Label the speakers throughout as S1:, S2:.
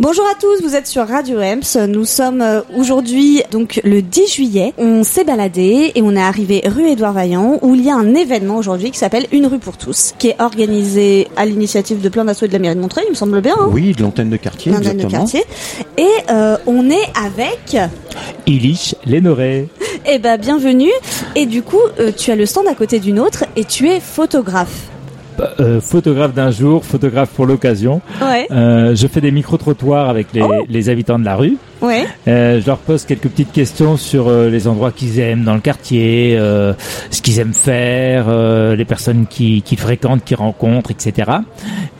S1: Bonjour à tous, vous êtes sur Radio Ems. Nous sommes euh, aujourd'hui donc le 10 juillet. On s'est baladé et on est arrivé rue Édouard Vaillant où il y a un événement aujourd'hui qui s'appelle Une rue pour tous, qui est organisé à l'initiative de plein d'assauts de la mairie de Montreuil, il me semble bien. hein
S2: Oui, de l'antenne de quartier,
S1: Plein d'années de
S2: exactement.
S1: quartier. Et euh, on est avec,
S3: Illich Lénoré.
S1: eh ben bienvenue. Et du coup, euh, tu as le stand à côté d'une autre et tu es photographe.
S3: Euh, photographe d'un jour, photographe pour l'occasion.
S1: Ouais,
S3: Euh, je fais des micro-trottoirs avec les, les habitants de la rue.
S1: ouais.
S3: Euh, je leur pose quelques petites questions sur euh, les endroits qu'ils aiment dans le quartier, euh, ce qu'ils aiment faire, euh, les personnes qui, qui fréquentent, qui rencontrent, etc.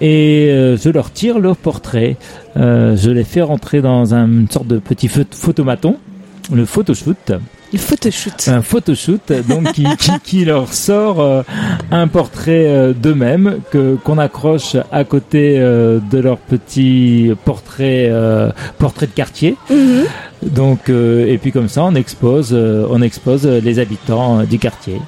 S3: Et euh, je leur tire leur portrait. Euh, je les fais rentrer dans un- une sorte de petit feu- photomaton, le photoshoot.
S1: Le photoshoot.
S3: un photoshoot donc qui, qui, qui leur sort euh, un portrait euh, d'eux-mêmes que qu'on accroche à côté euh, de leur petit portrait euh, portrait de quartier
S1: Mhm.
S3: donc euh, et puis comme ça on expose euh, on expose les habitants euh, du quartier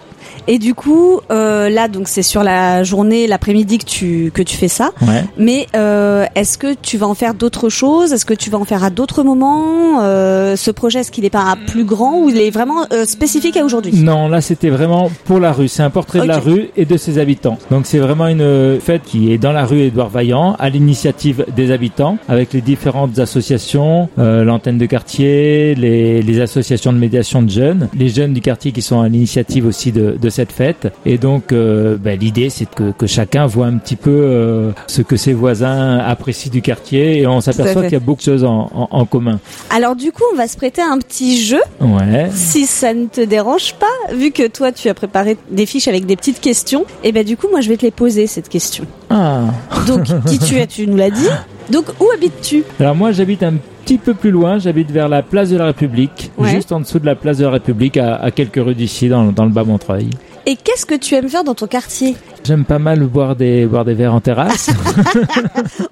S1: Et du coup, euh, là, donc c'est sur la journée, l'après-midi que tu que tu fais ça.
S3: ouais
S1: Mais euh, est-ce que tu vas en faire d'autres choses Est-ce que tu vas en faire à d'autres moments Euh, Ce projet, est-ce qu'il n'est pas plus grand ou il est vraiment euh, spécifique à aujourd'hui
S3: non là c'était vraiment pour la rue c'est un portrait de la
S1: Ok.
S3: rue et de ses habitants donc c'est vraiment une euh, fête qui est dans la rue Édouard Vaillant à l'initiative des habitants avec les différentes associations euh, l'antenne de quartier les, les associations de médiation de jeunes les jeunes du quartier qui sont à l'initiative aussi de, de cette fête et donc euh, bah, l'idée c'est que, que chacun voit un petit peu euh, ce que ses voisins apprécient du quartier et on s'aperçoit
S1: fait.
S3: qu'il y a beaucoup de choses en, en- en commun
S1: Alors du coup, on va se prêter à un petit jeu,
S3: ouais
S1: si ça ne te dérange pas, vu que toi, tu as préparé des fiches avec des petites questions. Et ben du coup, moi, je vais te les poser cette question.
S3: ah
S1: Donc, qui tu es Tu nous l'as dit. Donc, où habites-tu
S3: Alors moi j'habite un petit peu plus loin, j'habite vers la place de la République,
S1: Ouais.
S3: juste en dessous de la place de la République, à, à quelques rues d'ici, dans, dans le bas Montreuil.
S1: Et qu'est-ce que tu aimes faire dans ton quartier
S3: J'aime pas mal boire des, boire des verres en terrasse,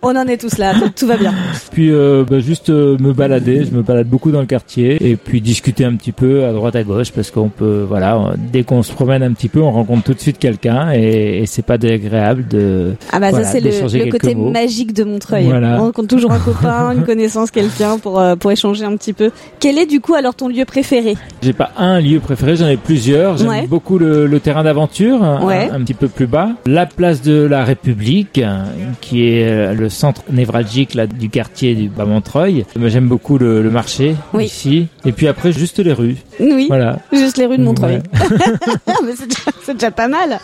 S1: On en est tous là, donc tout va bien.
S3: puis euh, bah, juste euh, me balader, je me balade beaucoup dans le quartier, et puis discuter un petit peu à droite à gauche, parce qu'on peut, voilà, on- dès qu'on se promène un petit peu, on rencontre tout de suite quelqu'un, et, et c'est pas désagréable de...
S1: Ah bah
S3: Voilà,
S1: ça c'est
S3: d'échanger
S1: le, le
S3: quelques
S1: côté
S3: mots.
S1: magique de Montreuil.
S3: Voilà.
S1: On rencontre toujours un copain, une connaissance, quelqu'un pour euh, pour échanger un petit peu. Quel est du coup alors ton lieu préféré
S3: J'ai pas un lieu préféré, j'en ai plusieurs. J'aime
S1: Ouais.
S3: beaucoup le, le terrain d'aventure, un-
S1: Ouais.
S3: un, un petit peu plus bas. La place de la République, euh, qui est euh, le centre névralgique là, du quartier du Bas-Montreuil. Mais J'aime beaucoup le, le marché
S1: Oui.
S3: ici. Et puis après, juste les rues.
S1: Oui,
S3: Voilà.
S1: juste les rues de Montreuil.
S3: Ouais.
S1: Ah, mais c'est déjà, c'est déjà pas mal.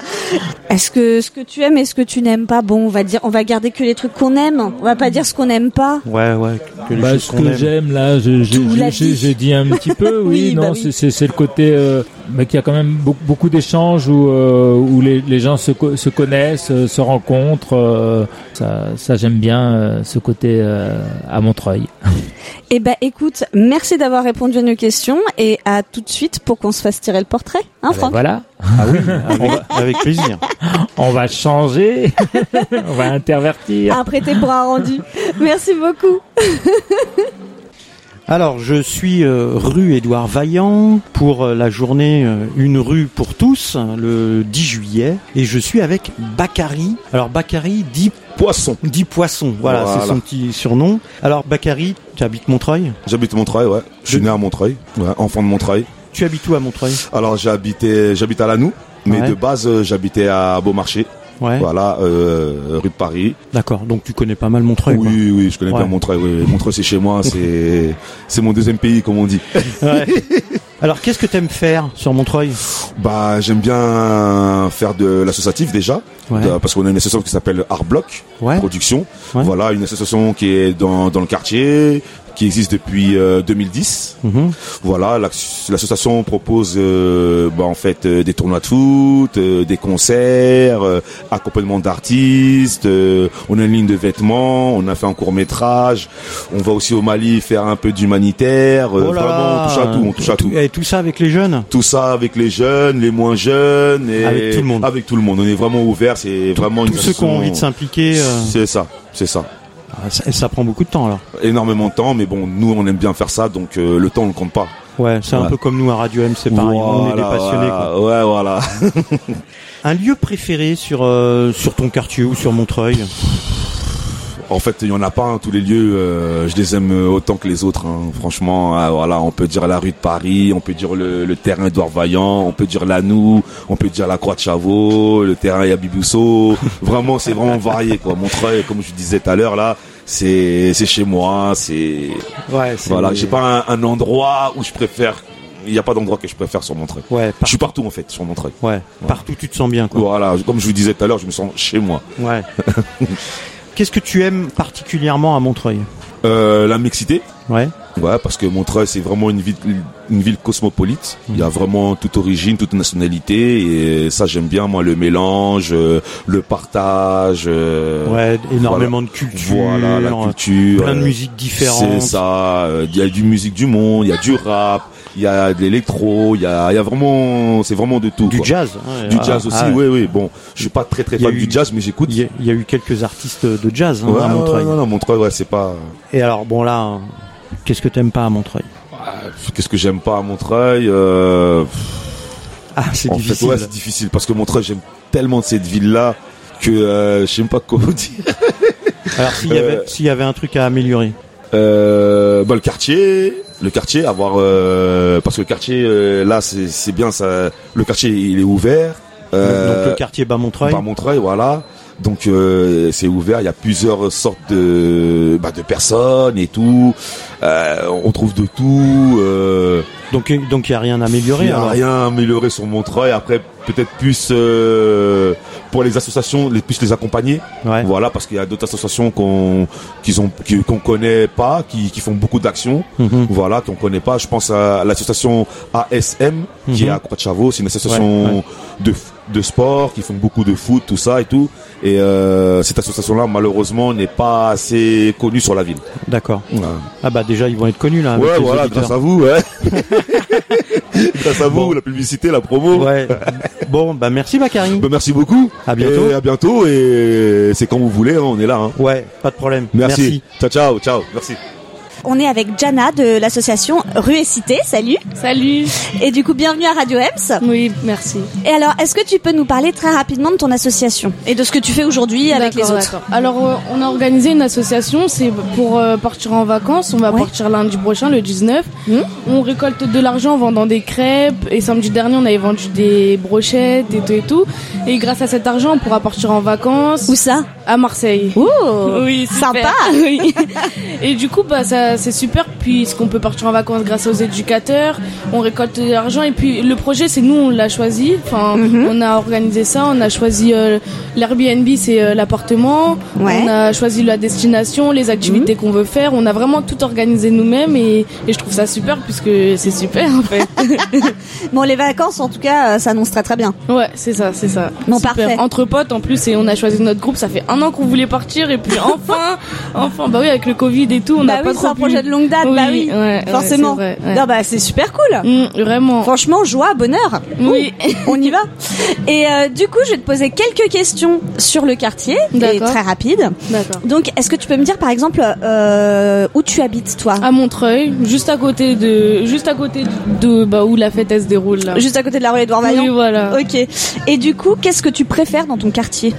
S1: Est-ce que ce que tu aimes et ce que tu n'aimes pas Bon, on va dire, on va garder que les trucs qu'on aime. On va pas dire ce qu'on n'aime pas.
S2: Ouais, ouais, que les
S3: Bah,
S2: choses
S3: ce
S2: qu'on
S3: que
S2: aime.
S3: j'aime là, je, je,
S1: Tout
S3: je-
S1: la
S3: je-
S1: vie.
S3: j'ai dit un petit peu, oui,
S1: Oui, bah
S3: non,
S1: oui.
S3: c'est- c'est c'est le côté euh, bah, qu'il y a quand même beaucoup, beaucoup d'échanges où, euh, où les, les gens se, co- se connaissent, euh, se rencontrent. euh, ça, ça j'aime bien euh, ce côté euh, à Montreuil.
S1: Eh ben écoute, merci d'avoir répondu à nos questions et à tout de suite pour qu'on se fasse tirer le portrait, hein
S3: Ah, bah,
S1: Franck
S3: voilà,
S2: Ah oui, avec, avec plaisir.
S3: on va changer, on va intervertir.
S1: Un prêté pour un rendu. Merci beaucoup.
S2: Alors, je suis euh, rue Édouard Vaillant pour euh, la journée euh, Une rue pour tous, hein, le 10 juillet. Et je suis avec Bakary. Alors, Bakary dit,
S4: Poisson.
S2: dit poisson. Voilà,
S4: Voilà.
S2: c'est son petit surnom. Alors, Bakary, tu habites Montreuil
S4: J'habite Montreuil, ouais. Je suis
S2: De-
S4: né à Montreuil, ouais, enfant de Montreuil.
S2: Tu habites où à Montreuil
S4: Alors j'habitais, j'habite à Lanoux, mais
S2: Ouais.
S4: de base euh, j'habitais à Beaumarchais,
S2: Ouais.
S4: voilà, euh, rue de Paris.
S2: D'accord, donc tu connais pas mal Montreuil.
S4: oui, oui, je connais
S2: Ouais.
S4: bien Montreuil. oui, oui. Montreuil, c'est chez moi, c'est c'est mon deuxième pays, comme on dit.
S2: quoi. Ouais. Alors, qu'est-ce que tu aimes faire sur Montreuil
S4: Bah, j'aime bien faire de l'associatif déjà,
S2: Ouais.
S4: de- parce qu'on a une association qui s'appelle Arblock
S2: Ouais.
S4: Production.
S2: Ouais.
S4: Voilà, une association qui est dans dans le quartier, qui existe depuis euh, 2010.
S2: Mhm.
S4: Voilà, l'ac- l'association propose euh, bah, en fait euh, des tournois de foot, euh, des concerts, euh, accompagnement d'artistes. euh, on a une ligne de vêtements, on a fait un court métrage. On va aussi au Mali faire un peu d'humanitaire. euh,
S2: Oh là
S4: vraiment,
S2: là.
S4: on touche à tout, on touche à tout.
S2: Et tout ça avec les jeunes
S4: Tout ça avec les jeunes, les moins jeunes, et
S2: Avec tout le monde.
S4: Avec tout le monde. On est vraiment ouvert. C'est vraiment une
S2: Tous ceux qui ont envie de s'impliquer, euh,
S4: C'est ça, c'est ça.
S2: ah, ça, ça prend beaucoup de temps alors.
S4: Énormément de temps, mais bon, nous on aime bien faire ça, donc euh, le temps on le compte pas.
S2: Ouais, c'est un
S4: Ouais.
S2: peu comme nous à Radio M, c'est pareil, on est des
S4: Voilà,
S2: passionnés. Quoi.
S4: Ouais, voilà.
S2: Un lieu préféré sur euh, sur ton quartier ou sur Montreuil
S4: En fait, il y en a pas hein, tous les lieux. euh, je les aime autant que les autres. hein. Franchement, ah, voilà, on peut dire la rue de Paris, on peut dire le, le terrain Edouard Vaillant, on peut dire l'Anou, on peut dire la Croix de Chavot, le terrain Yabibousso. Vraiment, c'est vraiment varié. Quoi. Montreuil, comme je disais tout à l'heure là, c'est c'est chez moi. C'est
S2: Ouais, c'est-
S4: voilà, j'ai pas un, un endroit où je préfère. Il n'y a pas d'endroit que je préfère sur Montreuil.
S2: Ouais,
S4: Je
S2: par-
S4: suis partout en fait sur Montreuil.
S2: ouais, partout tu te sens bien quoi.
S4: Voilà, comme je vous disais tout à l'heure, je me sens chez moi.
S2: Ouais. Qu'est-ce que tu aimes particulièrement à Montreuil
S4: Euh, la mixité,
S2: Ouais.
S4: Ouais, parce que Montreuil, c'est vraiment une ville, une ville cosmopolite. Il y a vraiment toute origine, toute nationalité. Et ça, j'aime bien, moi, le mélange, euh, le partage. euh,
S2: Ouais, énormément de culture.
S4: Voilà, la culture.
S2: Plein de
S4: euh,
S2: musiques différentes.
S4: C'est ça. euh, Il y a du musique du monde, il y a du rap, il y a de l'électro, il y a, il y a vraiment, c'est vraiment de tout.
S2: Du
S4: quoi.
S2: jazz. ouais.
S4: Du
S2: Ah,
S4: jazz aussi,
S2: ah,
S4: oui, oui. Bon, je suis pas très très
S2: Il y a
S4: fan
S2: eu-
S4: du jazz, mais j'écoute.
S2: Il y, a- il y a eu quelques artistes de jazz hein,
S4: Ouais,
S2: à
S4: ouais,
S2: Montreuil.
S4: non, non, Montreuil, ouais, c'est pas.
S2: Et alors, bon là, hein, qu'est-ce que t'aimes pas à Montreuil
S4: Qu'est-ce que j'aime pas à Montreuil euh,
S2: Ah, c'est
S4: En fait,
S2: difficile.
S4: ouais, c'est difficile parce que Montreuil, j'aime tellement cette ville-là que euh, je sais même pas comment dire.
S2: alors, s'il y, avait-
S4: Euh,
S2: s'il y avait un truc à améliorer.
S4: Euh, bah, le quartier, le quartier, avoir euh, parce que le quartier euh, là, c'est c'est bien ça. Le quartier, il est ouvert.
S2: Donc,
S4: Euh,
S2: le quartier bas Montreuil.
S4: par Montreuil, voilà. Donc euh, c'est ouvert, il y a plusieurs sortes de bah, de personnes et tout. Euh, on trouve de tout. Euh,
S2: Donc, euh, donc il y a rien à améliorer.
S4: Il n'y a
S2: alors.
S4: rien amélioré sur Montreuil. Après, peut-être plus euh, pour les associations, les, plus les accompagner.
S2: Ouais.
S4: Voilà, parce qu'il y a d'autres associations qu'on qu'ils ont qui- qu'on connaît pas, qui, qui font beaucoup d'actions.
S2: Mhm.
S4: Voilà, qu'on connaît pas. Je pense à l'association ASM qui
S2: Mhm.
S4: est à Croix de Chavaux. C'est une association
S2: Ouais, ouais.
S4: de f- de sport qui font beaucoup de foot, tout ça et tout. Et euh, cette association-là, malheureusement, n'est pas assez connue sur la ville.
S2: D'accord.
S4: Voilà.
S2: Ah bah déjà ils vont être connus là. avec
S4: Ouais,
S2: les
S4: voilà,
S2: auditeurs.
S4: grâce à vous. Ouais. grâce à vous,
S2: Bon.
S4: la publicité, la promo.
S2: Ouais. bon bah merci Bakary.
S4: Ben, merci beaucoup.
S2: À bientôt.
S4: Et à bientôt. Et c'est quand vous voulez, hein, on est là. hein.
S2: Ouais, pas de problème.
S4: Merci. Ciao, ciao, ciao. Merci.
S1: On est avec Jana de l'association Rue et Cité, salut
S5: Salut
S1: Et du coup, bienvenue à Radio Ems.
S5: Oui, merci.
S1: Et alors, est-ce que tu peux nous parler très rapidement de ton association et de ce que tu fais aujourd'hui avec les
S5: D'accord,
S1: autres
S5: d'accord. Alors, euh, on a organisé une association, c'est pour euh, partir en vacances. On va
S1: Ouais.
S5: partir lundi prochain, le 19.
S1: Mhm.
S5: On récolte de l'argent en vendant des crêpes. Et samedi dernier, on avait vendu des brochettes et tout et tout. Et grâce à cet argent, on pourra partir en vacances
S1: Où ça
S5: à Marseille.
S1: Oh
S5: Oui, super.
S1: Sympa.
S5: Oui. Et du coup, bah, ça, c'est super puisqu'on peut partir en vacances grâce aux éducateurs. On récolte de l'argent et puis le projet, c'est nous, on l'a choisi. Enfin,
S1: Mhm.
S5: on a organisé ça. On a choisi euh, l'Airbnb, c'est euh, l'appartement.
S1: Ouais. Mhm.
S5: On a choisi la destination, les activités qu'on veut faire. On a vraiment tout organisé nous-mêmes et, et je trouve ça super puisque c'est super en fait.
S1: Bon, les vacances, en tout cas, euh, s'annoncent très très bien.
S5: ouais, c'est ça, c'est ça.
S1: Bon,
S5: Super.
S1: parfait.
S5: Entre potes en plus et on a choisi notre groupe. Ça fait un an qu'on voulait partir et puis enfin, enfin, bah oui, avec le Covid et tout, on n'a
S1: bah
S5: pas
S1: oui, c'est
S5: trop
S1: un
S5: pu-
S1: projet de longue date,
S5: Oui,
S1: bah oui,
S5: ouais, ouais,
S1: forcément.
S5: c'est vrai, ouais.
S1: Non, bah c'est super cool.
S5: Mm, vraiment.
S1: Franchement, joie, bonheur.
S5: Oui.
S1: On y va. Et euh, du coup, je vais te poser quelques questions sur le quartier, et
S5: D'accord.
S1: très rapide.
S5: D'accord.
S1: Donc, est-ce que tu peux me dire, par exemple, euh, où tu habites, toi
S5: À Montreuil, juste à côté de, juste à côté de, bah, où la fête elle se déroule là.
S1: Juste à côté de la rue Edouard Vaillant.
S5: Oui, voilà.
S1: Ok. Et du coup, qu'est-ce que tu préfères dans ton quartier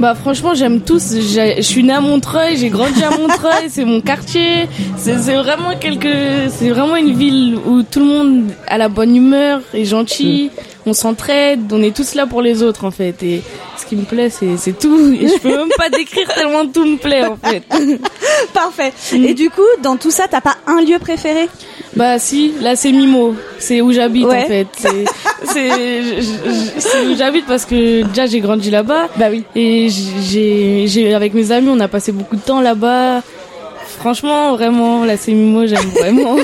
S5: Bah franchement, j'aime tous. J'ai- Je suis née à Montreuil, j'ai grandi à Montreuil, c'est mon quartier. C'est c'est vraiment quelque, c'est vraiment une ville où tout le monde a la bonne humeur, est gentil, on s'entraide, on est tous là pour les autres en fait. Et ce qui me plaît, c'est c'est tout. Et je peux même pas décrire tellement tout me plaît en fait. Mm.
S1: Parfait. Et du coup, dans tout ça, t'as pas un lieu préféré
S5: Bah si, là c'est Mimo, c'est où j'habite
S1: Ouais.
S5: en fait. C'est- C'est je- je- c'est où j'habite parce que déjà j'ai grandi là-bas. Bah oui. Et j'ai j'ai avec mes amis on a passé beaucoup de temps là-bas. Franchement vraiment là c'est Mimo j'aime vraiment.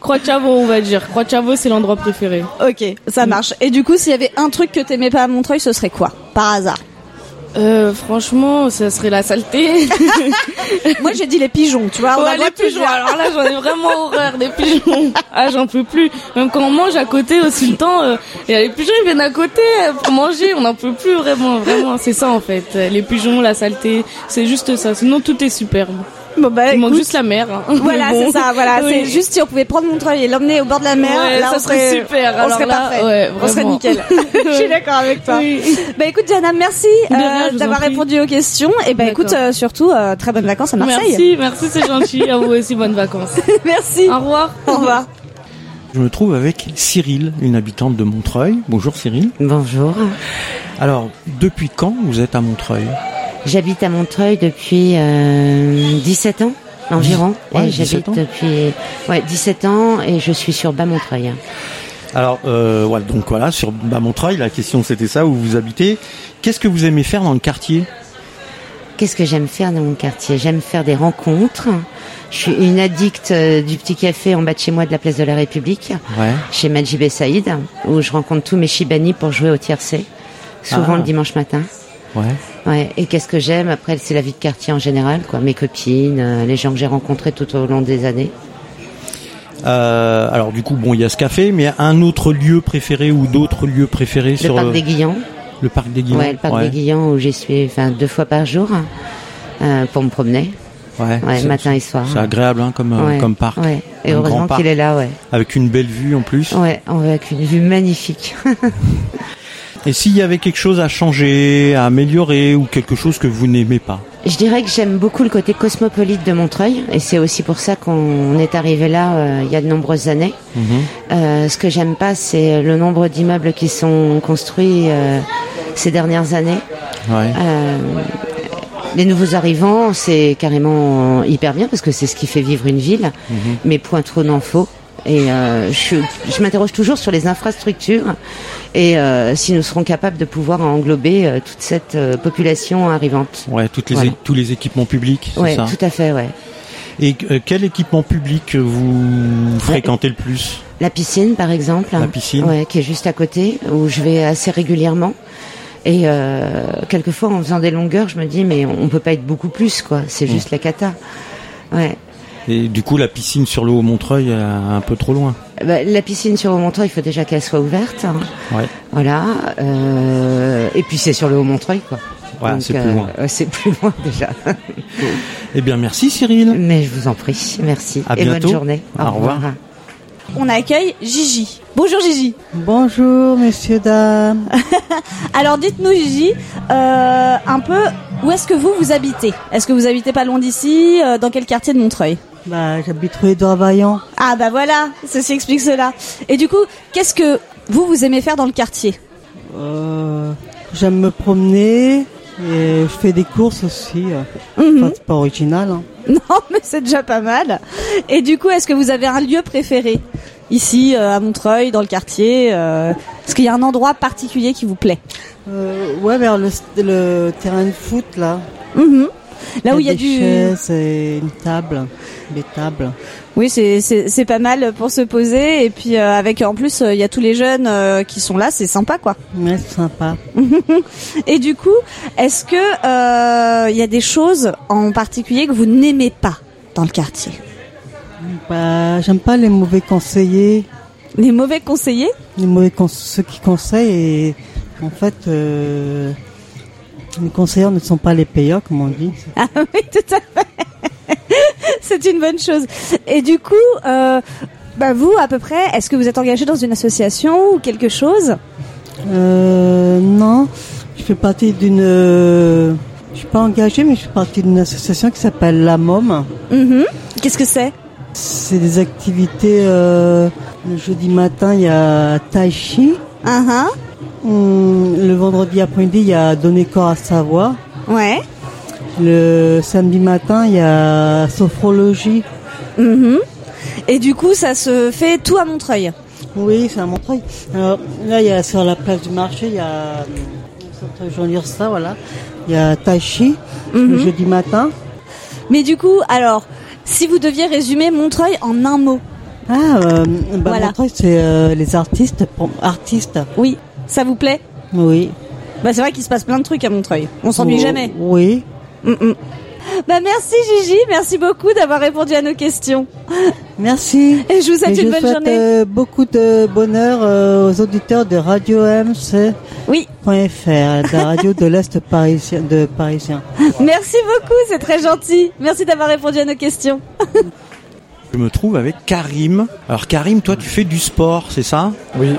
S5: Croix Chavo on va dire. Croix Chavo c'est l'endroit préféré.
S1: Ok, ça marche. Et du coup, s'il y avait un truc que t'aimais pas à Montreuil, ce serait quoi Par hasard.
S5: Euh, franchement ça serait la saleté.
S1: Moi, j'ai dit les pigeons, tu vois. on a
S5: Ouais,
S1: le droit
S5: les
S1: de te
S5: pigeons.
S1: dire.
S5: Alors là, j'en ai vraiment horreur des pigeons. Ah, j'en peux plus. Même quand on mange à côté aussi le temps, euh, il y a les pigeons ils viennent à côté euh, pour manger. On n'en peut plus vraiment, vraiment. C'est ça en fait. Euh, Les pigeons, la saleté, c'est juste ça. Sinon tout est superbe.
S1: Bon, bah,
S5: Il manque
S1: écoute,
S5: juste la mer. hein.
S1: Voilà,
S5: Mais bon.
S1: c'est ça. Voilà,
S5: Oui.
S1: c'est juste si on pouvait prendre Montreuil et l'emmener au bord de la mer,
S5: Ouais,
S1: là,
S5: ça
S1: on
S5: serait super.
S1: on
S5: Alors
S1: serait
S5: là,
S1: parfait.
S5: ouais,
S1: on serait
S5: vraiment.
S1: nickel. Je suis d'accord avec toi.
S5: Oui.
S1: Bah écoute Diana, merci euh,
S5: rien, je vous en
S1: d'avoir
S5: prie.
S1: répondu aux questions. Et bah
S5: D'accord.
S1: écoute, euh, surtout euh, très bonnes vacances à Marseille.
S5: Merci, merci, c'est gentil. À vous aussi, bonnes vacances.
S1: Merci.
S5: Au revoir.
S1: Au revoir.
S2: Je me trouve avec Cyril, une habitante de Montreuil. Bonjour Cyril.
S6: Bonjour.
S2: Alors, depuis quand vous êtes à Montreuil
S6: J'habite à Montreuil depuis euh, 17 ans environ.
S2: Ouais,
S6: Et
S2: 17
S6: j'habite
S2: ans.
S6: depuis ouais, 17 ans et je suis sur bas Montreuil.
S2: Alors, euh, voilà, donc voilà, sur bah, Montreuil, la question c'était ça, où vous habitez. Qu'est-ce que vous aimez faire dans le quartier
S6: Qu'est-ce que j'aime faire dans mon quartier J'aime faire des rencontres. Je suis une addicte euh, du petit café en bas de chez moi de la place de la République,
S2: Ouais.
S6: chez Majib Saïd, où je rencontre tous mes Shibani pour jouer au tiercé, souvent
S2: Ah.
S6: le dimanche matin.
S2: Ouais.
S6: Ouais, et qu'est-ce que j'aime Après, c'est la vie de quartier en général, quoi. Mes copines, euh, les gens que j'ai rencontrés tout au long des années.
S2: Euh, alors du coup, bon, il y a ce café, mais un autre lieu préféré ou d'autres lieux préférés
S6: Le
S2: sur
S6: parc
S2: euh,
S6: des Guillons.
S2: le parc des Guillons
S6: Ouais, le parc
S2: ouais.
S6: des Guillons où j'y suis enfin, deux fois par jour hein, euh, pour me promener,
S2: Ouais,
S6: ouais,
S2: c'est-
S6: matin et soir.
S2: C'est agréable hein, comme, euh,
S6: Ouais,
S2: comme parc,
S6: ouais. Et
S2: Un grand
S6: heureusement
S2: parc.
S6: qu'il est là, ouais.
S2: avec une belle vue en plus.
S6: Ouais, on va avec une vue magnifique.
S2: Et s'il y avait quelque chose à changer, à améliorer ou quelque chose que vous n'aimez pas
S6: Je dirais que j'aime beaucoup le côté cosmopolite de Montreuil et c'est aussi pour ça qu'on est arrivé là euh, il y a de nombreuses années. Euh, ce que j'aime pas, c'est le nombre d'immeubles qui sont construits euh, ces dernières années.
S2: Ouais.
S6: Euh, les nouveaux arrivants, c'est carrément hyper bien parce que c'est ce qui fait vivre une ville,
S2: Mhm.
S6: mais point trop n'en faut. Et euh, je, je m'interroge toujours sur les infrastructures et euh, si nous serons capables de pouvoir englober euh, toute cette euh, population arrivante.
S2: Ouais, toutes les
S6: Voilà.
S2: tous les équipements publics, c'est
S6: Ouais,
S2: ça.
S6: tout à fait, ouais.
S2: Et euh, quel équipement public vous fréquentez le plus
S6: La piscine, par exemple.
S2: La piscine.
S6: Ouais, qui est juste à côté, où je vais assez régulièrement. Et euh, quelquefois, en faisant des longueurs, je me dis, mais on peut pas être beaucoup plus, quoi. C'est
S2: Mm.
S6: juste la cata. Ouais.
S2: Et du coup, la piscine sur le Haut-Montreuil, euh, un peu trop loin.
S6: Bah, la piscine sur Haut-Montreuil, il faut déjà qu'elle soit ouverte. hein.
S2: Ouais.
S6: Voilà. euh, et puis c'est sur le Haut-Montreuil, quoi.
S2: Voilà,
S6: Donc,
S2: c'est plus
S6: euh,
S2: loin.
S6: ouais, c'est plus loin déjà.
S2: Eh bien, merci Cyril.
S6: Mais je vous en prie, merci.
S2: À
S6: et
S2: bientôt.
S6: bonne journée.
S2: Au revoir.
S1: On accueille Gigi. Bonjour Gigi.
S7: Bonjour messieurs dames.
S1: Alors dites-nous Gigi, euh, un peu où est-ce que vous vous habitez Est-ce que vous habitez pas loin d'ici euh, Dans quel quartier de Montreuil
S7: Bah j'habite rue Edouard Vaillant.
S1: Ah bah voilà, ceci explique cela. Et du coup, qu'est-ce que vous vous aimez faire dans le quartier
S7: Euh, J'aime me promener et je fais des courses aussi. euh.
S1: Mhm.
S7: Enfin, c'est pas original. hein.
S1: Non, mais c'est déjà pas mal. Et du coup, est-ce que vous avez un lieu préféré ici euh, à Montreuil, dans le quartier euh, Est-ce qu'il y a un endroit particulier qui vous plaît
S7: Euh, ouais vers le, le terrain de foot là.
S1: Mhm. Là où il y a
S7: des
S1: du,
S7: chaises et une table, des tables.
S1: oui, c'est c'est c'est pas mal pour se poser et puis euh, avec en plus euh, il y a tous les jeunes euh, qui sont là, c'est sympa quoi.
S7: Ouais c'est sympa.
S1: Et du coup, est-ce que euh, il y a des choses en particulier que vous n'aimez pas dans le quartier
S7: Bah j'aime pas les mauvais conseillers,
S1: Les mauvais conseillers
S7: les mauvais con- ceux qui conseillent et en fait euh, les conseillers ne sont pas les payeurs comme on dit.
S1: Ah oui, tout à fait. C'est une bonne chose. Et du coup, euh, bah vous, à peu près, est-ce que vous êtes engagé dans une association ou quelque chose
S7: Euh, non, je fais partie d'une. euh, Je suis pas engagée, mais je fais partie d'une association qui s'appelle La Mom.
S1: Mhm. Qu'est-ce que c'est
S7: C'est des activités. euh, le jeudi matin, il y a Tai Chi.
S1: Ah ah.
S7: Hum, Le vendredi après-midi, il y a Donner corps à savoir.
S1: Ouais.
S7: Le samedi matin, il y a Sophrologie.
S1: Mhm. Et du coup, ça se fait tout à Montreuil.
S7: Oui, c'est à Montreuil. Alors, là, il y a sur la place du marché, il y a. Je vais lire ça, voilà. Il y a Tai Chi
S1: Mhm.
S7: le jeudi matin.
S1: Mais du coup, alors, si vous deviez résumer Montreuil en un mot,
S7: Ah, euh, bah,
S1: Voilà.
S7: Montreuil, c'est euh, les artistes, pour- artistes,
S1: oui, ça vous plaît
S7: oui.
S1: Bah c'est vrai qu'il se passe plein de trucs à Montreuil. On s'ennuie
S7: Oh,
S1: jamais.
S7: Oui.
S1: Mm, mm. Bah merci Gigi, merci beaucoup d'avoir répondu à nos questions.
S7: Merci.
S1: Et je vous souhaite
S7: Et
S1: une
S7: je
S1: bonne
S7: souhaite,
S1: journée.
S7: euh, beaucoup de bonheur euh, aux auditeurs de Radio MC.
S1: Oui.
S7: .fr, la radio de l'Est parisien, de parisien.
S1: Merci beaucoup, c'est très gentil. Merci d'avoir répondu à nos questions.
S2: Je me trouve avec Karim. Alors Karim, toi tu fais du sport, c'est ça
S8: Oui,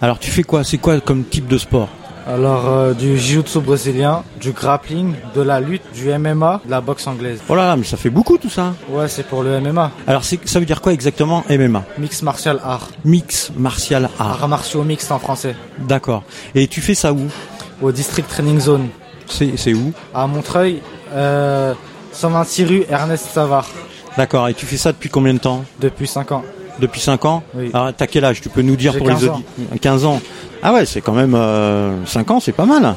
S2: Alors tu fais quoi C'est quoi comme type de sport
S8: alors euh, du jiu-jitsu brésilien, du grappling, de la lutte, du MMA, de la boxe anglaise.
S2: Oh là là, mais ça fait beaucoup tout ça.
S8: Ouais, c'est pour le MMA,
S2: Alors c'est- ça veut dire quoi exactement MMA
S8: mix martial art,
S2: Mix martial art.
S8: arts martiaux mixtes en français,
S2: D'accord. Et tu fais ça où
S8: au district training zone,
S2: C'est c'est où
S8: à Montreuil, euh, 126 rue Ernest Savard,
S2: D'accord. Et tu fais ça depuis combien de temps
S8: depuis 5 ans.
S2: Depuis 5 ans
S8: Oui.
S2: Alors t'as quel âge Tu peux nous dire
S8: J'ai
S2: pour les
S8: 15 ans.
S2: audi- 15 ans. Ah ouais, c'est quand même 5 ans, c'est pas mal.
S8: Ouais,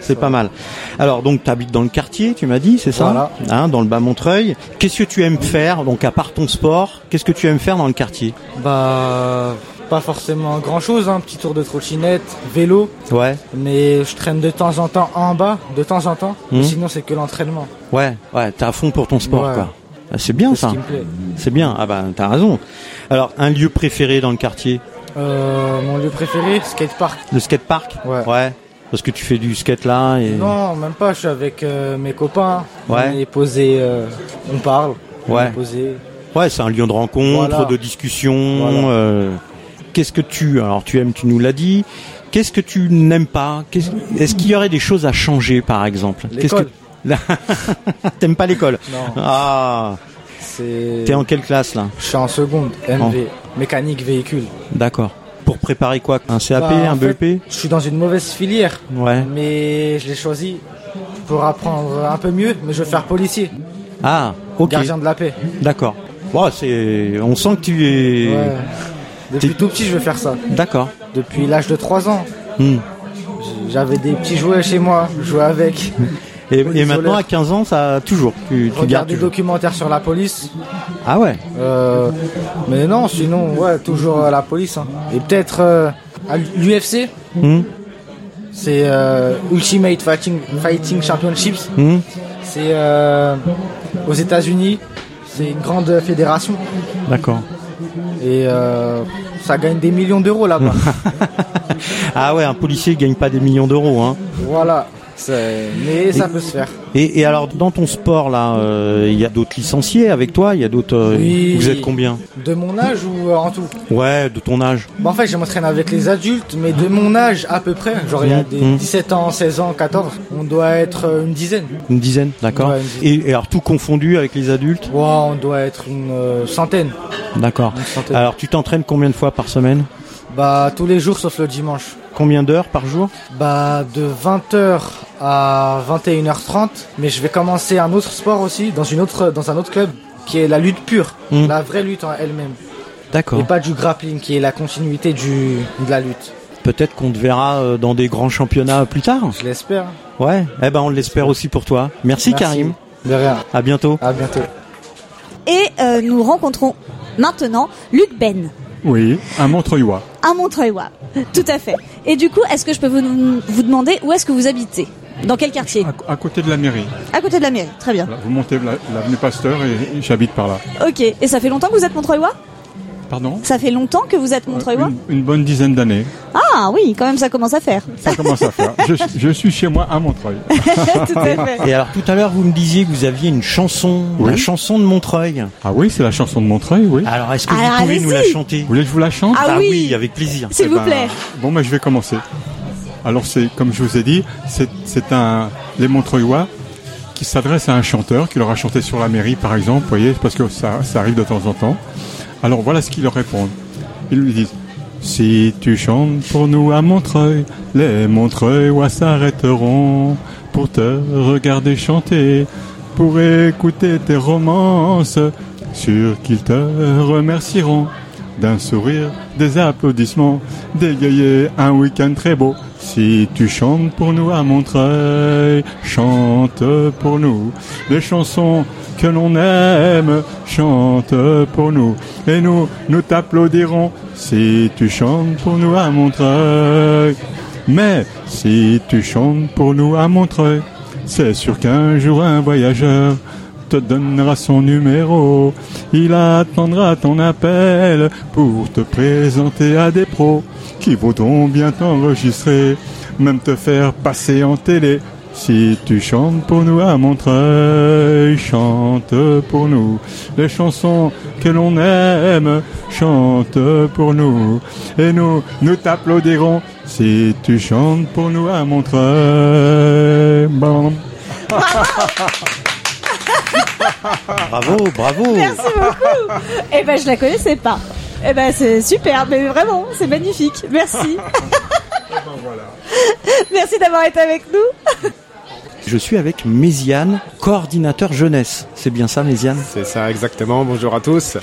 S2: C'est pas mal. Alors donc t'habites dans le quartier, tu m'as dit, c'est ça
S8: Voilà.
S2: Hein, dans le bas Montreuil. Qu'est-ce que tu aimes faire Donc à part ton sport, qu'est-ce que tu aimes faire dans le quartier
S8: Bah, pas forcément grand-chose, un petit tour de trottinette, vélo,
S2: Ouais.
S8: mais je traîne de temps en temps en bas, de temps en temps,
S2: Mhm.
S8: mais sinon c'est que l'entraînement,
S2: Ouais, ouais, t'es à fond pour ton sport,
S8: Ouais.
S2: quoi. Ah, C'est bien
S8: c'est ce
S2: ça.
S8: qui me plaît.
S2: C'est bien. Ah bah t'as raison. Alors un lieu préféré dans le quartier
S8: Euh, mon lieu préféré, skatepark.
S2: Le skatepark
S8: Ouais.
S2: Parce que tu fais du skate là et.
S8: Non, même pas, je suis avec euh, mes copains.
S2: Ouais.
S8: On est posé, euh, on parle. On
S2: Ouais.
S8: est posé.
S2: Ouais, c'est un lieu de rencontre,
S8: Voilà.
S2: de discussion.
S8: Voilà.
S2: euh, Qu'est-ce que tu alors tu aimes, tu nous l'as dit. Qu'est-ce que tu n'aimes pas Qu'est-ce- Est-ce qu'il y aurait des choses à changer, par exemple Qu'est-ce que
S8: L'école.
S2: T'aimes pas l'école
S8: Non,
S2: Ah,
S8: c'est.
S2: t'es en quelle classe là
S8: Je suis en seconde, MV, mécanique véhicule.
S2: D'accord. Pour préparer quoi Un CAP,
S8: Bah,
S2: un E
S8: en fait,
S2: BEP
S8: Je suis dans une mauvaise filière,
S2: Ouais.
S8: mais je l'ai choisi pour apprendre un peu mieux, mais je veux faire policier,
S2: Ah, ok.
S8: gardien de la paix.
S2: D'accord. Bon, c'est. On sent que tu es.
S8: Ouais. Depuis
S2: t'es-
S8: tout petit, je veux faire ça.
S2: D'accord.
S8: Depuis l'âge de 3 ans,
S2: Hmm.
S8: j'avais des petits jouets chez moi, je jouais avec.
S2: Et,
S8: Police
S2: et maintenant,
S8: solaire.
S2: à 15 ans, ça toujours. Tu,
S8: Je
S2: tu gardes.
S8: regarde des
S2: toujours.
S8: documentaires sur la police,
S2: Ah ouais.
S8: Euh, mais non, sinon, ouais, toujours euh, la police. hein. Et peut-être euh, à l'UFC,
S2: Hmm.
S8: c'est euh, Ultimate Fighting, Fighting Championships.
S2: Hmm.
S8: C'est euh, aux États-Unis, c'est une grande fédération.
S2: D'accord.
S8: Et euh, ça gagne des millions d'euros là-bas.
S2: Ah ouais, un policier gagne pas des millions d'euros, hein.
S8: voilà. C'est- Mais ça peut se faire.
S2: Et, et alors, dans ton sport là, euh, il y a d'autres licenciés avec toi, il y a d'autres. euh,
S8: Oui.
S2: Vous êtes combien
S8: De mon âge ou euh, en tout
S2: Ouais, de ton âge.
S8: Bah, En fait, je m'entraîne avec les adultes, mais de mon âge à peu près, genre il y a des
S2: Mhm.
S8: 17 ans, 16 ans, 14, on doit être euh, une dizaine.
S2: Une dizaine, d'accord.
S8: Ouais, une
S2: et, et alors tout confondu avec les adultes,
S8: Ouais, on doit être une euh, centaine.
S2: d'accord.
S8: Une centaine.
S2: Alors, tu t'entraînes combien de fois par semaine
S8: Bah tous les jours sauf le dimanche.
S2: Combien d'heures par jour
S8: Bah de 20h à 21h30, mais je vais commencer un autre sport aussi dans une autre dans un autre club qui est la lutte pure,
S2: Mm.
S8: la vraie lutte en elle-même et
S2: D'accord.
S8: pas du grappling qui est la continuité du de la lutte.
S2: Peut-être qu'on te verra euh, dans des grands championnats plus tard.
S8: Je l'espère.
S2: Ouais. Eh ben, on l'espère aussi pour toi. Merci,
S8: Merci.
S2: Karim.
S8: De rien.
S2: À bientôt.
S8: À bientôt.
S1: Et euh, nous rencontrons maintenant Luc Ben,
S9: Oui, un Montreuillois.
S1: à Montreuil-Ouab. Tout à fait. Et du coup, est-ce que je peux vous, vous demander où est-ce que vous habitez Dans quel quartier
S9: À, à côté de la mairie.
S1: À côté de la mairie. Très bien.
S9: Voilà, vous montez la- l'avenue Pasteur et, et j'habite par là.
S1: Ok. Et ça fait longtemps que vous êtes Montreuilois
S9: Pardon
S1: Ça fait longtemps que vous êtes Montreuilois
S9: une, une bonne dizaine d'années.
S1: Ah oui, quand même, ça commence à faire.
S9: Ça commence à faire. Je, je suis chez moi à Montreuil.
S1: Tout à fait.
S2: Et alors, tout à l'heure, vous me disiez que vous aviez une chanson,
S9: Oui.
S2: la chanson de Montreuil.
S9: Ah oui, c'est la chanson de Montreuil, oui.
S2: Alors, est-ce que
S1: Alors,
S2: vous pouvez
S1: allez-y.
S2: nous la chanter
S9: Vous voulez que je vous la chante
S1: Ah
S2: Bah
S1: oui.
S2: avec plaisir.
S1: S'il
S9: Eh
S1: vous
S9: ben,
S1: plaît.
S9: Bon, moi je vais commencer. Alors, c'est comme je vous ai dit, c'est- c'est un les Montreuillois qui s'adressent à un chanteur qui leur a chanté sur la mairie, par exemple, vous voyez, parce que ça, ça arrive de temps en temps. Alors, voilà ce qu'ils leur répondent. Ils lui disent Si tu chantes pour nous à Montreuil, les Montreuillois s'arrêteront pour te regarder chanter, pour écouter tes romances, sûr qu'ils te remercieront d'un sourire, des applaudissements, d'égayer un week-end très beau. Si tu chantes pour nous à Montreuil, chante pour nous des chansons que l'on aime, chante pour nous et nous, nous t'applaudirons. Si tu chantes pour nous à Montreuil, mais si tu chantes pour nous à Montreuil, c'est sûr qu'un jour un voyageur te donnera son numéro. Il attendra ton appel pour te présenter à des pros qui voudront bien t'enregistrer, même te faire passer en télé. Si tu chantes pour nous à Montreuil, chante pour nous. Les chansons que l'on aime, chante pour nous. Et nous, nous t'applaudirons si tu chantes pour nous à Montreuil. Bon.
S2: Bravo, bravo.
S1: Merci beaucoup. Eh ben, je la connaissais pas. Eh ben, c'est super, mais vraiment, c'est magnifique. Merci. Merci d'avoir été avec nous.
S2: Je suis avec Méziane, coordinateur jeunesse. C'est bien ça, Méziane
S10: C'est ça, exactement. Bonjour à tous.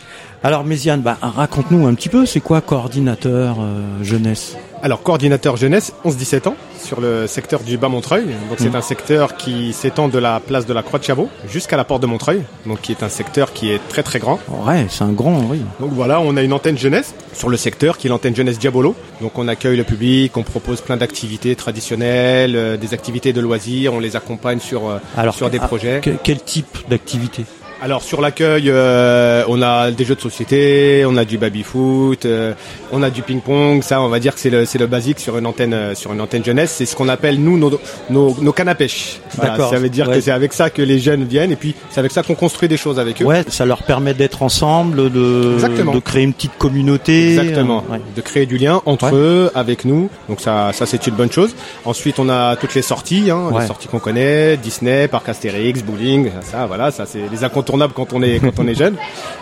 S2: Alors, Méziane, bah, raconte-nous un petit peu, c'est quoi coordinateur euh, jeunesse
S10: Alors, coordinateur jeunesse, 11-17 ans, sur le secteur du Bas-Montreuil. Donc, c'est
S2: Mhm.
S10: un secteur qui s'étend de la place de la Croix-de-Chabot jusqu'à la porte de Montreuil. Donc, qui est un secteur qui est très, très grand.
S2: Ouais, c'est un grand, oui.
S10: Donc voilà, on a une antenne jeunesse sur le secteur qui est l'antenne jeunesse Diabolo. Donc on accueille le public, on propose plein d'activités traditionnelles, euh, des activités de loisirs, on les accompagne sur, euh, sur des
S2: ah,
S10: projets.
S2: que- quel type d'activité
S10: Alors sur l'accueil, euh, on a des jeux de société, on a du baby foot, euh, on a du ping pong. Ça, on va dire que c'est le c'est le basique sur une antenne euh, sur une antenne jeunesse. C'est ce qu'on appelle nous nos nos, nos cannes à pêche. Voilà,
S2: D'accord.
S10: ça veut dire
S2: Ouais.
S10: que c'est avec ça que les jeunes viennent et puis c'est avec ça qu'on construit des choses avec eux.
S2: Ouais, ça leur permet d'être ensemble, de,
S10: Exactement.
S2: de créer une petite communauté.
S10: Exactement.
S2: Euh, ouais.
S10: De créer du lien entre
S2: Ouais.
S10: eux, avec nous. Donc ça, ça c'est une bonne chose. Ensuite, on a toutes les sorties, hein,
S2: Ouais.
S10: les sorties qu'on connaît, Disney, Parc Astérix, bowling, ça, voilà, ça c'est les incontournables quand on est quand on est jeune.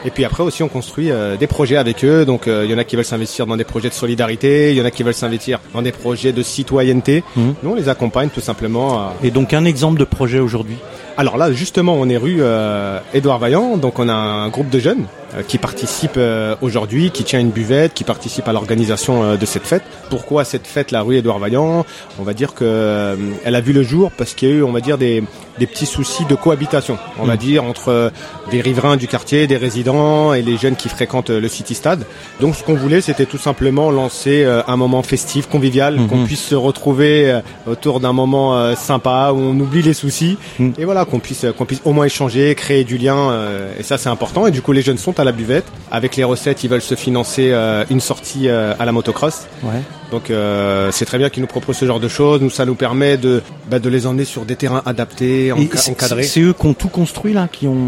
S10: Et puis après aussi, on construit euh, des projets avec eux. Donc euh, il y en a qui veulent s'investir dans des projets de solidarité, il y en a qui veulent s'investir dans des projets de citoyenneté.
S2: Mhm.
S10: Nous, on les accompagne tout simplement. à-
S2: Et donc un exemple de projet aujourd'hui.
S10: alors là, justement, on est rue euh, Édouard Vaillant, donc on a un groupe de jeunes euh, qui participent euh, aujourd'hui, qui tient une buvette, qui participe à l'organisation euh, de cette fête. Pourquoi cette fête, la rue Édouard Vaillant On va dire que euh, elle a vu le jour parce qu'il y a eu, on va dire, des, des petits soucis de cohabitation. On
S2: Mhm.
S10: va dire entre euh, des riverains du quartier, des résidents et les jeunes qui fréquentent euh, le City Stade. Donc, ce qu'on voulait, c'était tout simplement lancer euh, un moment festif, convivial,
S2: Mhm.
S10: qu'on puisse se retrouver euh, autour d'un moment euh, sympa où on oublie les soucis
S2: Mm.
S10: et voilà, qu'on puisse, euh, qu'on puisse au moins échanger, créer du lien, euh, et ça c'est important. Et du coup, les jeunes sont à la buvette. Avec les recettes, ils veulent se financer euh, une sortie euh, à la motocross.
S2: Ouais.
S10: Donc euh, c'est très bien qu'ils nous proposent ce genre de choses. Nous, ça nous permet de, bah, de les emmener sur des terrains adaptés,
S2: Et
S10: enca-
S2: c'est-
S10: encadrés.
S2: C'est eux qui ont tout construit là, qui ont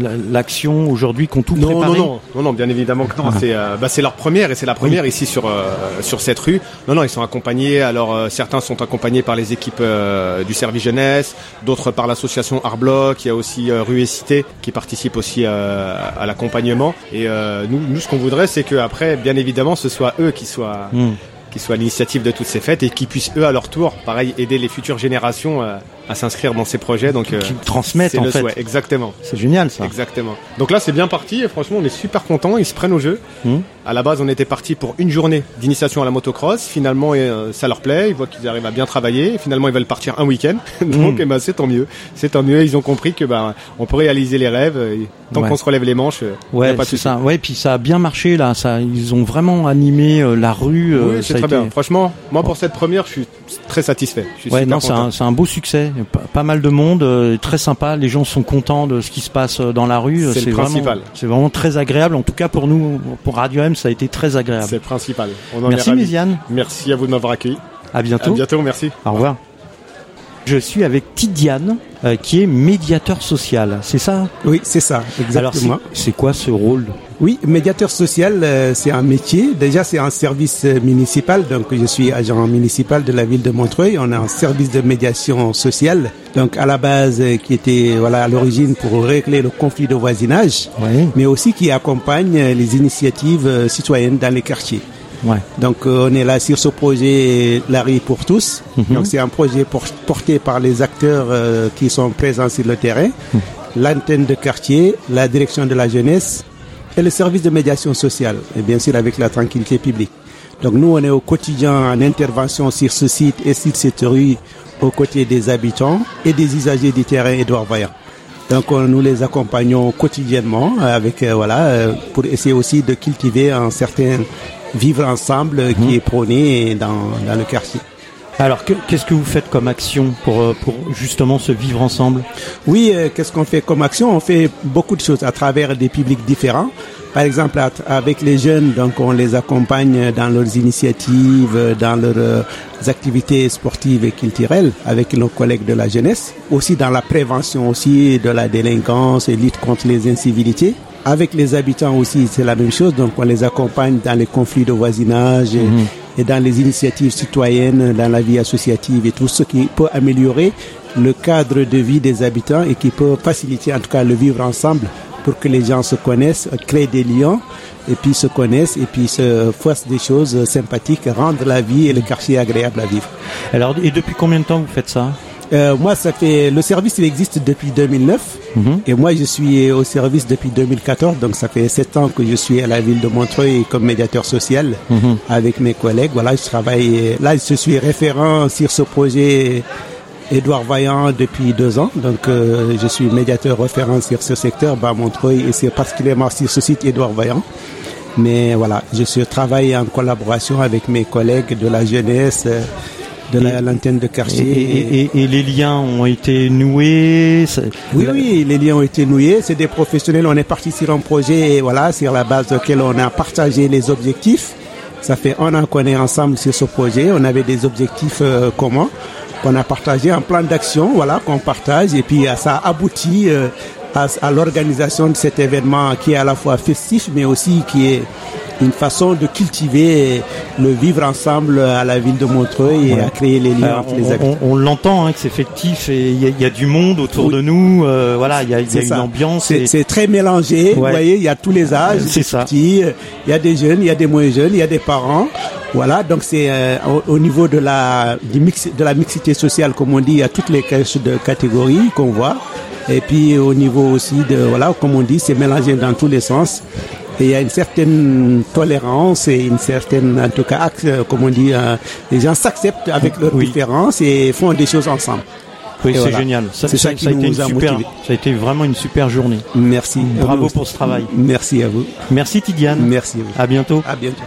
S2: la- l'action aujourd'hui, qui ont tout
S10: Non, non,
S2: préparé.
S10: non, non, non, bien évidemment que
S2: Ah.
S10: non. C'est, euh, bah, c'est leur première et c'est la première ici sur euh, sur cette rue. Non, non, ils sont accompagnés. Alors euh, certains sont accompagnés par les équipes euh, du service jeunesse, d'autres par l'association Arbloc. Il y a aussi euh, Rue et Cité qui participe aussi euh, à l'accompagnement. Et euh, nous, nous, ce qu'on voudrait, c'est que après, bien évidemment, ce soit eux qui soient
S2: Mm.
S10: qui soient à l'initiative de toutes ces fêtes et qui puissent eux à leur tour, pareil, aider les futures générations euh, à s'inscrire dans ces projets. Donc euh,
S2: Qui transmettent
S10: c'est
S2: en
S10: le
S2: fait.
S10: souhait, exactement.
S2: C'est génial ça.
S10: Exactement. Donc là, c'est bien parti et franchement, on est super contents. Ils se prennent au jeu.
S2: Mhm.
S10: À la base, on était parti pour une journée d'initiation à la motocross. Finalement, euh, ça leur plaît. Ils voient qu'ils arrivent à bien travailler. Finalement, ils veulent partir un week-end. Donc,
S2: Hmm.
S10: eh ben, c'est tant mieux. C'est tant mieux. Ils ont compris que ben, on peut réaliser les rêves euh, et tant
S2: Ouais.
S10: qu'on se relève les manches. euh, y a
S2: Ouais,
S10: pas de
S2: c'est
S10: souci.
S2: ça. Ouais, puis ça a bien marché là. Ça, ils ont vraiment animé euh, la rue. euh,
S10: oui, c'est
S2: ça a
S10: très
S2: été- Oh.
S10: bien. Franchement, moi pour cette première, je suis très satisfait. Je suis
S2: Ouais,
S10: super
S2: non, c'est
S10: content.
S2: un, c'est un beau succès. Pas, pas mal de monde, euh, très sympa. Les gens sont contents de ce qui se passe euh, dans la rue.
S10: C'est le
S2: vraiment-
S10: principal.
S2: C'est vraiment très agréable. En tout cas, pour nous, pour Radio M, ça a été très
S10: C'est
S2: agréable.
S10: le principal. On en est
S2: Merci,
S10: ravis.
S2: Méziane.
S10: Merci à vous de m'avoir accueilli.
S2: À
S10: À
S2: bientôt.
S10: bientôt. Merci.
S2: Au revoir. Je suis avec Tidiane, euh, qui est médiateur social. C'est ça
S11: Oui, c'est ça,
S2: Alors, c'est-
S11: exactement.
S2: c'est quoi ce rôle
S11: oui, médiateur social, euh, c'est un métier. Déjà, c'est un service euh, municipal. Donc, je suis agent municipal de la ville de Montreuil. On a un service de médiation sociale. Donc, à la base, euh, qui était voilà à l'origine pour régler le conflit de voisinage,
S2: Ouais.
S11: mais aussi qui accompagne euh, les initiatives euh, citoyennes dans les quartiers.
S2: Ouais.
S11: Donc euh, on est là sur ce projet Larry pour tous.
S2: Mhm.
S11: Donc c'est un projet por- porté par les acteurs euh, qui sont présents sur le terrain, l'antenne de quartier, la direction de la jeunesse et le service de médiation sociale et bien sûr avec la tranquillité publique. Donc nous on est au quotidien en intervention sur ce site et sur cette rue aux côtés des habitants et des usagers du terrain Édouard Vaillant. Donc on- nous les accompagnons quotidiennement euh, avec euh, voilà euh, pour essayer aussi de cultiver un certain vivre ensemble euh, qui est prôné dans, dans le quartier.
S2: Alors, que- qu'est-ce que vous faites comme action pour, euh, pour justement se vivre ensemble
S11: Oui, euh, qu'est-ce qu'on fait comme action On fait beaucoup de choses à travers des publics différents. Par exemple, à- avec les jeunes, donc on les accompagne dans leurs initiatives, euh, dans leurs euh, activités sportives et culturelles, avec nos collègues de la jeunesse. Aussi dans la prévention aussi de la délinquance et lutte contre les incivilités. Avec les habitants aussi, c'est la même chose. Donc on les accompagne dans les conflits de voisinage. et-
S2: Mhm.
S11: et dans les initiatives citoyennes, dans la vie associative et tout ce qui peut améliorer le cadre de vie des habitants et qui peut faciliter en tout cas le vivre ensemble pour que les gens se connaissent, euh, créent des liens et puis se connaissent et puis se fassent des choses euh, sympathiques, rendre la vie et le quartier agréable à vivre.
S2: Alors, et depuis combien de temps vous faites ça
S11: Euh, moi, ça fait le service il existe depuis 2009
S2: Mhm.
S11: et moi je suis au service depuis 2014 donc ça fait sept ans que je suis à la ville de Montreuil comme médiateur social
S2: Mhm.
S11: avec mes collègues. Voilà, je travaille euh, là je suis référent sur ce projet Édouard Vaillant depuis deux ans donc euh, je suis médiateur référent sur ce secteur bas Montreuil et c'est particulièrement sur ce site Édouard Vaillant. Mais voilà, je suis- travaille en collaboration avec mes collègues de la jeunesse, euh, de la- l'antenne de
S2: et,
S11: quartier.
S2: et- et- et les liens ont été noués ça-
S11: Oui, oui, les liens ont été noués. C'est des professionnels. On est parti sur un projet, et voilà, sur la base duquel on a partagé les objectifs. Ça fait un an qu'on est ensemble sur ce projet. On avait des objectifs euh, communs qu'on a partagé, un plan d'action, voilà, qu'on partage. Et puis, euh, ça aboutit euh, à, à l'organisation de cet événement qui est à la fois festif, mais aussi qui est une façon de cultiver le vivre ensemble à la ville de Montreuil et
S2: Voilà.
S11: à créer les liens
S2: Alors,
S11: entre
S2: on,
S11: les habitants.
S2: on- on l'entend, hein, que c'est fictif et il y, a- il y a du monde autour de nous. euh, voilà, il y a, il y a
S11: C'est
S2: une
S11: ça.
S2: ambiance.
S11: C'est
S2: et-
S11: c'est très mélangé. Vous
S2: Ouais.
S11: voyez, il y a tous les âges.
S2: C'est
S11: des
S2: ça.
S11: petits, euh, il y a des jeunes, il y a des moins jeunes, il y a des parents. Voilà. Donc c'est euh, au, au niveau de la du mix, de la mixité sociale, comme on dit, il y a toutes les caches de catégories qu'on voit. Et puis au niveau aussi de voilà, comme on dit, c'est mélangé dans tous les sens. Et il y a une certaine tolérance et une certaine, en tout cas, ac- euh, comme on dit, euh, les gens s'acceptent avec leurs différences et font des choses ensemble.
S2: Oui,
S11: Et
S2: c'est
S11: voilà.
S2: génial. Ça,
S11: C'est
S2: ça-
S11: ça qui
S2: ça a été
S11: nous
S2: une
S11: a
S2: super-
S11: motivés.
S2: ça a été vraiment une super journée.
S11: Merci.
S2: Bravo pour ce travail.
S11: Merci à vous.
S2: Merci Tidiane.
S11: Merci.
S2: À bientôt.
S11: À bientôt.